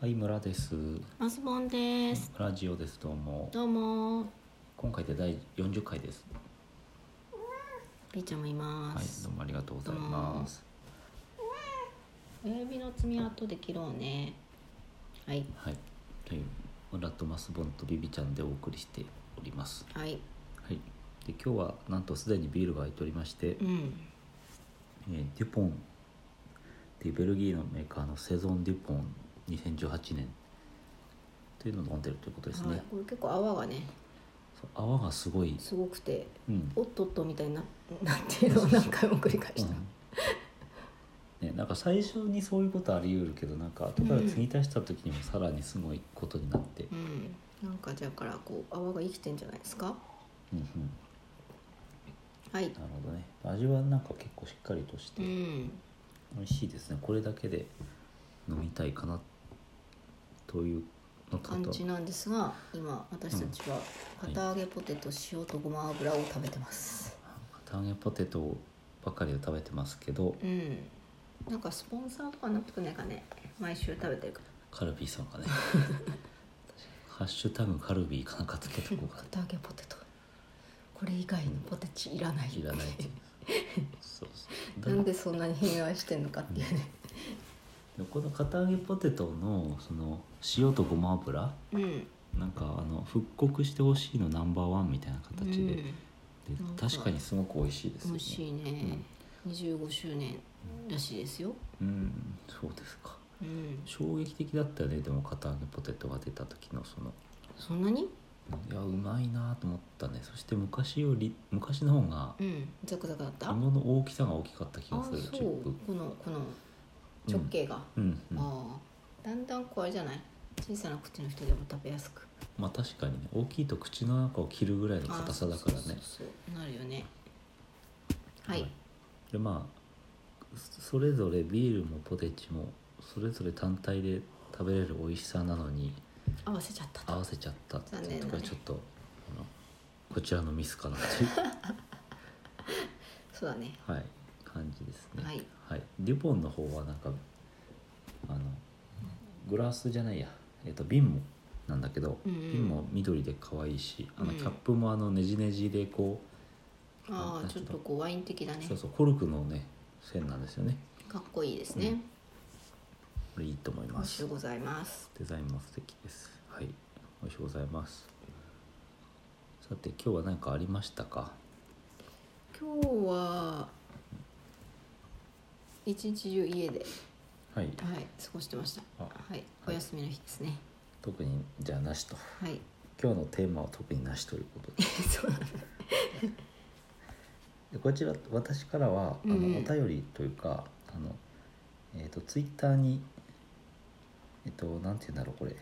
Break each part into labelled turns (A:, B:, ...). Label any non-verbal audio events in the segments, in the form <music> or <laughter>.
A: はい村です
B: マスボンです。
A: ラジオですどうも
B: どうも、
A: 今回で第40回です
B: ピーちゃんもいま
A: はい
B: す
A: ど。うもありがとうございます
B: 親指の爪痕で切ろうね。はい、
A: はいという村とマスボンとビビちゃんでお送りしております
B: はい、
A: はいで今日はなんとすでにビールが空いておりまして、
B: うん、
A: えーデュポンっていうベルギーのメーカーのセゾン・デュポン2018年というのを飲んでるということですね、
B: はい、これ結構泡がね、
A: そう泡がすごい
B: すごくて、
A: うん
B: おっとっとみたいな、 <laughs> なんていうのを何回も繰り返した。
A: うん、ね、なんか最初にそういうことあり得るけどなんか後から継ぎ足した時にもさらにすごいことになって、
B: うん、なんかだからこう泡が生きてんじゃないですか。
A: うんうん
B: は
A: な、
B: い
A: るほどね味はなんか結構しっかりとし
B: う
A: て
B: ん、
A: 美味しいですねこれだけで飲みたいかなというのとあ
B: 感
A: と
B: じなんですが、今私たちは片揚げポテト塩とごま油を食べてます。
A: 片揚げポテトばかりを食べてますけど
B: うん、なんかスポンサーとかになってくんないかね、毎週食べてるから。
A: カルビーさん
B: <laughs>
A: がねハッシュタグカルビーかなんかつけとこうか
B: 片揚げポテトこれ以外のポテチいらない
A: いらないって
B: <laughs>
A: いうそうそう
B: なんでそんなに偏愛してんのかっていうね
A: でこの片揚げポテトのその塩とごま油
B: うん
A: なんかあの復刻してほしいのナンバーワンみたいな形で,、で
B: なんか
A: 確かにすごく美味しいです
B: 美
A: よね
B: 味しいね、25周年らしいですよ
A: うんそうですか
B: うん
A: 衝撃的だったよねでも片揚げポテトが出た時のその
B: そんなに
A: いやうまいなと思ったねそして昔より昔の方が
B: うんザクザクだったあ
A: 芋の大きさが大きかった気が
B: あ
A: す
B: そ
A: るチッ
B: う
A: プ
B: このこの直径が、
A: うんうん
B: ああだんだんこうあれじゃない小さな口の人でも食べやすく
A: まあ確かにね大きいと口の中を切るぐらいの
B: ああ
A: 硬さだからね
B: そうそうそうなるよねはい、
A: でまあそそれぞれビールもポテチもそれぞれ単体で食べれる美味しさなのに
B: 合わせちゃった
A: 合わせちゃったっていうとこ
B: 残念だ
A: ろ
B: ね
A: ちょっと、あのこちらのミスかなっていう
B: <laughs> そうだね
A: はい感じですね
B: はい、
A: デュポンの方はなんかあのグラスじゃないや、えっと瓶もなんだけど、
B: うんうん
A: 瓶も緑で可愛いしあの
B: うん
A: キャップもあのねじねじでこ
B: あ
A: なん
B: あ
A: か
B: ち
A: ちょ
B: ょ
A: っ
B: っ
A: と
B: とこうワイン的だ
A: う、
B: ね
A: そうそうコルクのね線なんですよね
B: かっこいいですね、
A: これいいと思い
B: お
A: ま
B: い
A: す
B: しゅうございます
A: デザインも素敵です。はい、おいしゅうございます。さて今日は何かありましたか。
B: 今日は一日中家で
A: はい。
B: はい過ごしてました
A: あ
B: はいお休みの日ですね
A: 特にじゃあなしと。
B: はい <laughs>
A: 今日のテーマは特になしということで。
B: そうなんだ
A: でこちら私からはあの、
B: うん
A: お便りというかあのえっ、とツイッターにえっ、となんて言うんだろうこれ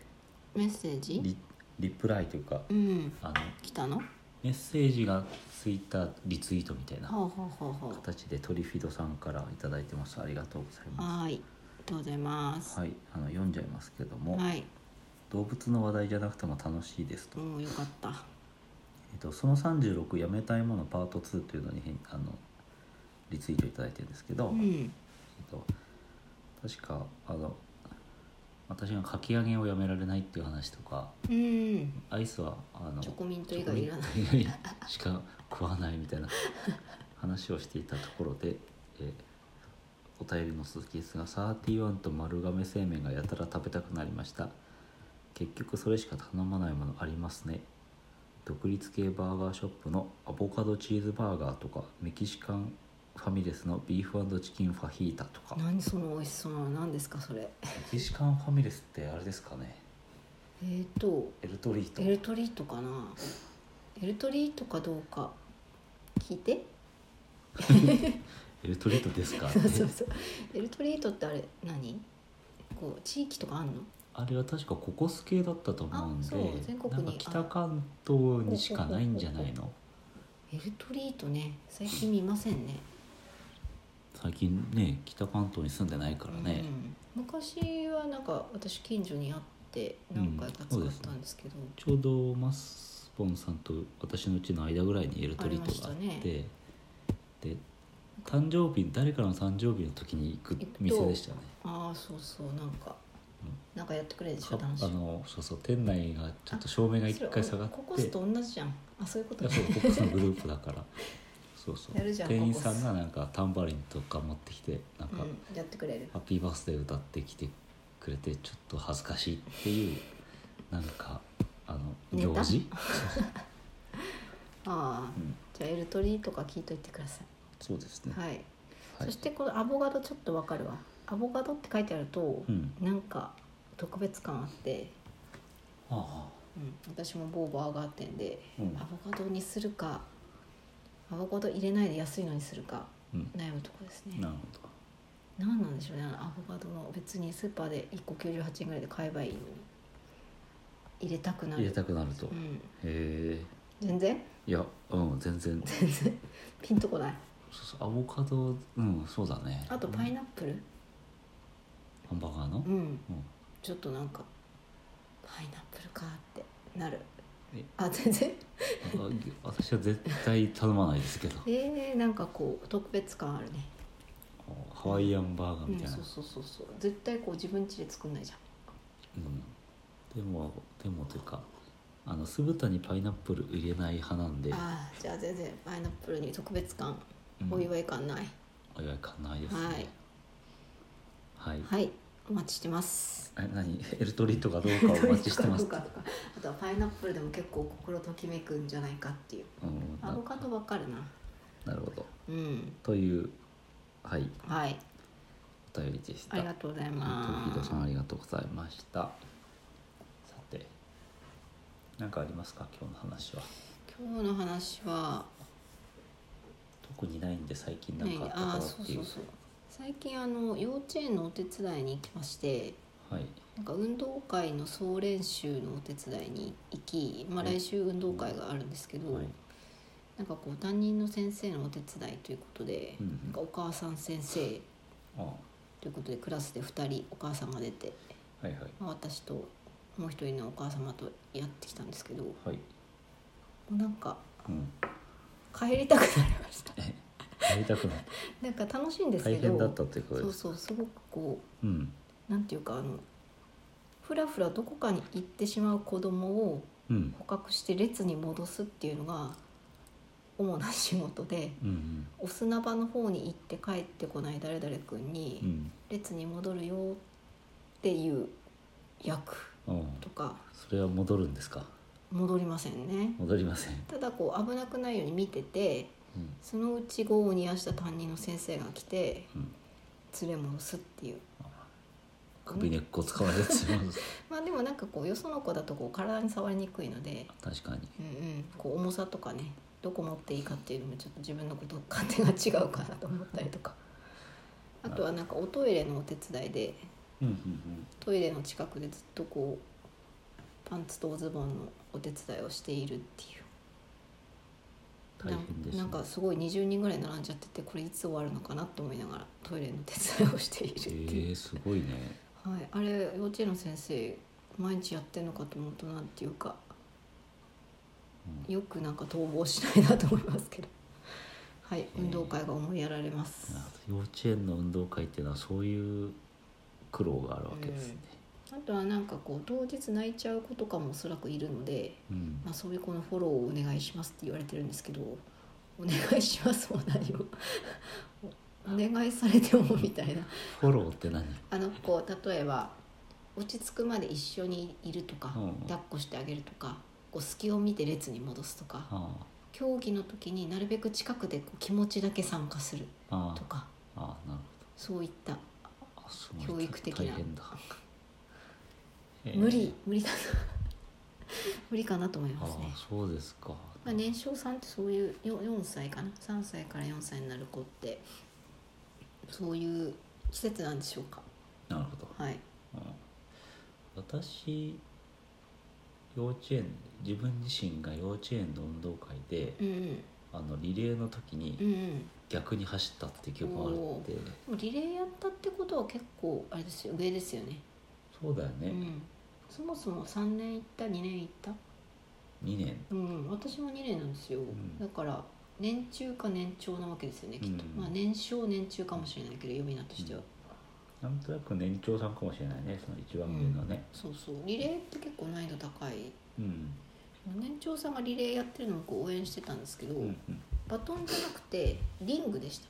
B: メッセージ
A: リリプライというか、
B: うん
A: あの
B: 来たのは
A: メッセージがツイッターリツイートみたい
B: あ、は
A: な
B: あはあは
A: 形でトリフィドさんからいただいてます。ありがとうござい
B: あ
A: ます。
B: はーいありがとうございます
A: はい、あの読んじゃいますけども、
B: はい
A: 動物の話題じゃなくても楽しいですと,、
B: もうよかったは
A: えっとその36やめたいものパート2というのに変あのリツイートいただいてるんですけど、
B: う
A: えっ
B: ん
A: と、確かあの私がかき揚げをやめられないっていう話とか
B: うん
A: アイスはあの
B: チョコミント以外いらない
A: チョコミント以外しか食わないみ
B: <laughs>
A: たいな話をしていたところで、えーお便りの続きですが31と丸亀製麺がやたら食べたくなりました結局それしか頼まないものありますね独立系バーガーショップのアボカドチーズバーガーとかメキシカンファミレスのビーフチキンファヒータとかメ
B: 何その美味しそうなの何ですかそれ
A: キシカンファミレスってあれですかね
B: えーと
A: エルトリート
B: エルトリートかなエルトリートかどうか聞いて
A: エルトリートです
B: <laughs>
A: か
B: そうそうそうエルトリートってあれ何こう地域とかあんの
A: あれは確かココス系だったと思うんで
B: あそう全国に
A: なんか北関東にしかないんじゃないの
B: エルトリートね最近見ませんね
A: 最近ね北関東に住んでないからね、
B: うん、昔はなんか私近所にあって何回か使ったんですけど、
A: ちょうどマスポンさんと私のうちの間ぐらいにエルトリートがあっ
B: ありましてた
A: で誕生日誰かの誕生日の時に行く
B: 行くと
A: 店でしたね
B: ああそうそうなんかなんかやってくれるでしょ
A: か
B: 楽し
A: あ
B: い
A: のそうそう店内がちょっと照明が一回下がって
B: ココスと同じじゃんあそういうこと
A: いや
B: ね
A: そうコックスのグループだからそうそう
B: やるじゃん
A: 店員
B: コック
A: さ
B: ス
A: んがなんかタンバリンとか持ってきてなんか、
B: うん、やってくれる
A: ハッピーバースデー歌ってきてくれてちょっと恥ずかしいっていうなんかあの
B: ネ
A: 行
B: タ
A: 事、
B: ああ
A: うん、
B: じゃあエルトリーとか聞いといてくださ
A: そうです
B: い、
A: ね、
B: はい
A: はい
B: そしてこのアボガドちょっとわかるわアボガドって書いてあると、
A: うん
B: なんか特別感あって、
A: あ
B: うん、私も某バーガー店で、
A: うん
B: アボガドにするかアボガド入れないで安いのにするか
A: あうん
B: 悩むとこですね
A: なるほ
B: 何なんでしょうねあのアボカドの別にスーパーで1個98円ぐらいで買えばいいのに入れたく
A: ど
B: な
A: 入れ
B: る、
A: たくなると、
B: う
A: へ
B: ん、
A: え
B: 全然
A: いやうん全
B: <laughs>
A: 然
B: 全然ピンとこない
A: そうそうアボカドうんそうだね
B: あとパイナップル
A: ハンバーガーの
B: うん、
A: うん
B: ちょっとなんかパイナップルかってなる
A: え
B: あ全然
A: あ私は絶対頼まないですけど
B: えー、なんかこう特別感あるね
A: ハワイアンバーガー
B: う
A: み
B: ん
A: たいな、
B: そうそうそうそう絶対こう自分家で作んないじゃん
A: うん、でもでもというかあの酢豚にパイナップル入れない派なんで、
B: あーじゃあ全然パイナップルに特別感
A: うん
B: お祝い感ない、
A: お祝いかないですねはい、
B: はいお待ちしてます
A: え何エルトリートかどうかをお待ちしてます
B: どうかとか <laughs> あとはパイナップルでも結構心ときめくんじゃないかっていう
A: うん
B: ア
A: な
B: ボカドばっかるな
A: なるほど
B: うん
A: というはい
B: はい
A: お便りでした
B: ありがとうござい
A: はいト
B: ま
A: キヒド
B: す
A: さんありがとうございましたさて何かありますか今日の話は
B: 今日の話は
A: 特にないんで最近何
B: 何
A: かあった
B: あ
A: か
B: あ
A: ら
B: そう
A: ってい
B: そううそう最近あの幼稚園のお手伝いに行きまして
A: はい
B: なんか運動会の総練習のお手伝いに行き、まあ、
A: はい
B: 来週運動会があるんですけど、
A: はい
B: なんかこう担任の先生のお手伝いということで、
A: うんうん
B: なんかお母さん先生
A: あ
B: ということでクラスで2人お母さんが出て
A: はいはい
B: まあ私ともう一人のお母様とやってきたんですけども
A: はいう
B: なんか
A: うん
B: 帰りたくなりました
A: <laughs> やりたくない
B: なんか楽しいんですけ
A: 大
B: ど
A: 変だったということ
B: そ
A: で
B: う
A: す
B: そうすごくこ
A: うん
B: うなんていうかあのふらふらどこかに行ってしまう子供を
A: うん
B: 捕獲して列に戻すっていうのが主な仕事で
A: うん
B: お砂場の方に行って帰ってこない誰々君に、
A: うん
B: 列に戻るよっていう役
A: うんうん
B: とか
A: それは戻るんですか
B: 戻りませんね
A: 戻りません、
B: ただこう危なくないように見てて
A: うん
B: そのうち業を煮やした担任の先生が来て
A: うん、
B: 連れ戻すっていう
A: 首根っこ使われてしまう
B: まあでもなんかこうよその子だとこう体に触りにくいので、
A: 確かに
B: うんうん、こう重さとかねどこ持っていいかっていうのもちょっと自分のこと勝手が違うかなと思ったりとかあとはなんかおトイレのお手伝いで
A: うんうん
B: トイレの近くでずっとこうパンツとおズボンのお手伝いをしているっていう
A: 大変ですね
B: ななんかすごい20人ぐらい並んじゃっててこれいつ終わるのかなって思いながらトイレの手伝いをしている
A: え
B: っていう、
A: ー、すごいね
B: はい、あれ幼稚園の先生毎日やってんのかと思うとなんていうかよくなんか逃亡しないなと思いま
A: <laughs>
B: すけどはい運動会が思いやられます
A: 幼稚園の運動会っていうのはそういう苦労があるわけですね
B: あとはなんかこう当日泣いちゃう子とかもおそらくいるので、
A: うん、
B: まあ、そういう子のフォローをお願いしますって言われてるんですけどお願いしますも何も <laughs> お願いされてもみたいな
A: フォローって何
B: あのこう例えば落ち着くまで一緒にいるとか、
A: うん
B: 抱っこしてあげるとかこう隙を見て列に戻すとか、
A: あ
B: 競技の時になるべく近くでこう気持ちだけ参加する
A: ああ
B: とか
A: あああなる
B: そういった
A: ほどあすごい
B: 教育的な
A: 大変だ、えー
B: 無理、無理だな <laughs> 無理かなと思い
A: あ
B: ますね
A: あ。そうですか、
B: まあ、年少さんってそういうよ4歳かな3歳から4歳になる子ってそういう季節なんでしょうか
A: なるほど
B: はい
A: うん私幼稚園自分自身が幼稚園の運動会で
B: うんうん
A: あのリレーの時
B: う
A: に
B: んうん
A: 逆に走ったっていう記憶があるって、
B: でもリレーやったってことは結構あれですよ上ですよね
A: そうだよ
B: う
A: ね、
B: んそもそも3年行った2年行った
A: 2年
B: うん私も2年なんですよ、
A: ん
B: だから年中か年長なわけですよねきっと、
A: うん
B: まあ年少年中かもしれないけど呼び名としては、
A: なんとなく年長さんかもしれないねその一番上のね
B: そうそうリレーって結構難易度高い
A: うん
B: 年長さんがリレーやってるのをこう応援してたんですけど、
A: うん
B: バトンじゃなくてリングでした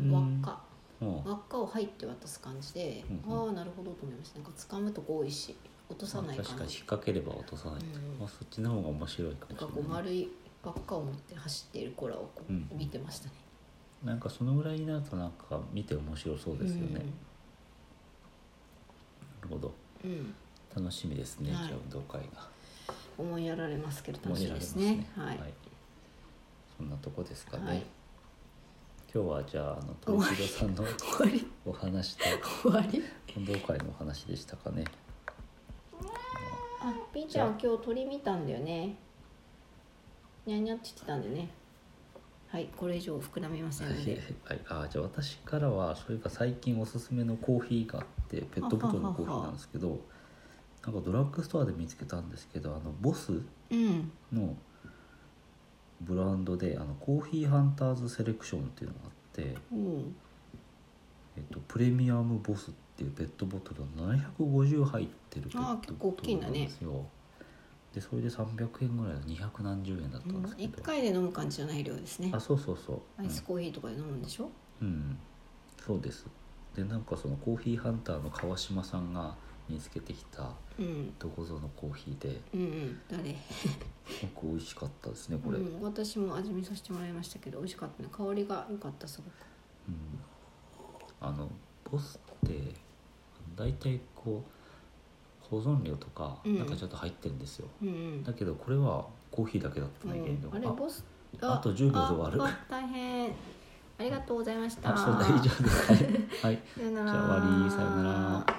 A: うん
B: 輪っか
A: うん
B: 輪っかを入って渡す感じで、
A: うんうん
B: ああなるほどと思いましたなんか掴むとこ多いし落とさない
A: 確か
B: 感
A: に引っ
B: じ
A: 掛ければ落とさない、
B: うん
A: まあ、そっちの方が面白いか
B: なん
A: もし
B: か
A: れ
B: こう
A: ない
B: 丸い輪っかを持って走っている子らをこ
A: うん
B: う見てましたね、
A: なんかそのぐらいになるとなんか見て面白そうですよね、なるほど
B: うん、うん
A: 楽しみですね、
B: はい
A: じゃあ運動会が
B: 思いやられますけど楽
A: 盛り
B: し
A: 上
B: い
A: が
B: で
A: りますす
B: ね
A: ね
B: はい、
A: そんなとこですかね、
B: はい
A: 今日はじゃああの鳥一郎さんの
B: 終わり
A: お話と
B: 終わり
A: 運動会のお話でしたかね
B: あピーちゃんは今日鳥見たんだよねにゃんにゃんって言ってたんだよねはいこれ以上膨らみませんので
A: はい、あじゃあ私からはそういえば最近おすすめのコーヒーがあってペットボトルのコーヒーなんですけどなんかドラッグストアで見つけたんですけどあのボス
B: うん
A: のブランドであのコーヒーハンターズセレクションっていうのがあって、
B: うん
A: えっと、プレミアムボスっていうペットボトルが750入ってるペ
B: あ
A: ッ
B: ー
A: ト
B: 結構
A: ボ
B: 大
A: ト
B: きい
A: ル
B: んだ
A: なん
B: ね
A: ですよ。でそれで300円ぐらいの2何十円だったんですけ
B: 一
A: ど、
B: 回で飲む感じじゃない量ですね
A: あそうそうそう、
B: アイスコーヒーとかで飲むんでしょ
A: うん、そうですでなんかそのコーヒーハンターの川島さんが見つけてきた
B: うん
A: どこぞのコーヒーで
B: うんうん誰
A: すごく美味しかったですねこれ、
B: う
A: うん
B: ん、私も味見させてもらいましたけど美味しかったね香りが良かったすごく
A: あのボスって大体こう保存料とか
B: うん
A: なんかちょっと入ってるんですよ、
B: うんうん
A: だけどこれはコーヒーだけだったね原料
B: うんあれ
A: あ
B: ボス
A: あと10秒で終わる
B: ああ大変ありがとうございました
A: あそんな以上ですかねはい
B: さよなら
A: じゃあ終わりさよなら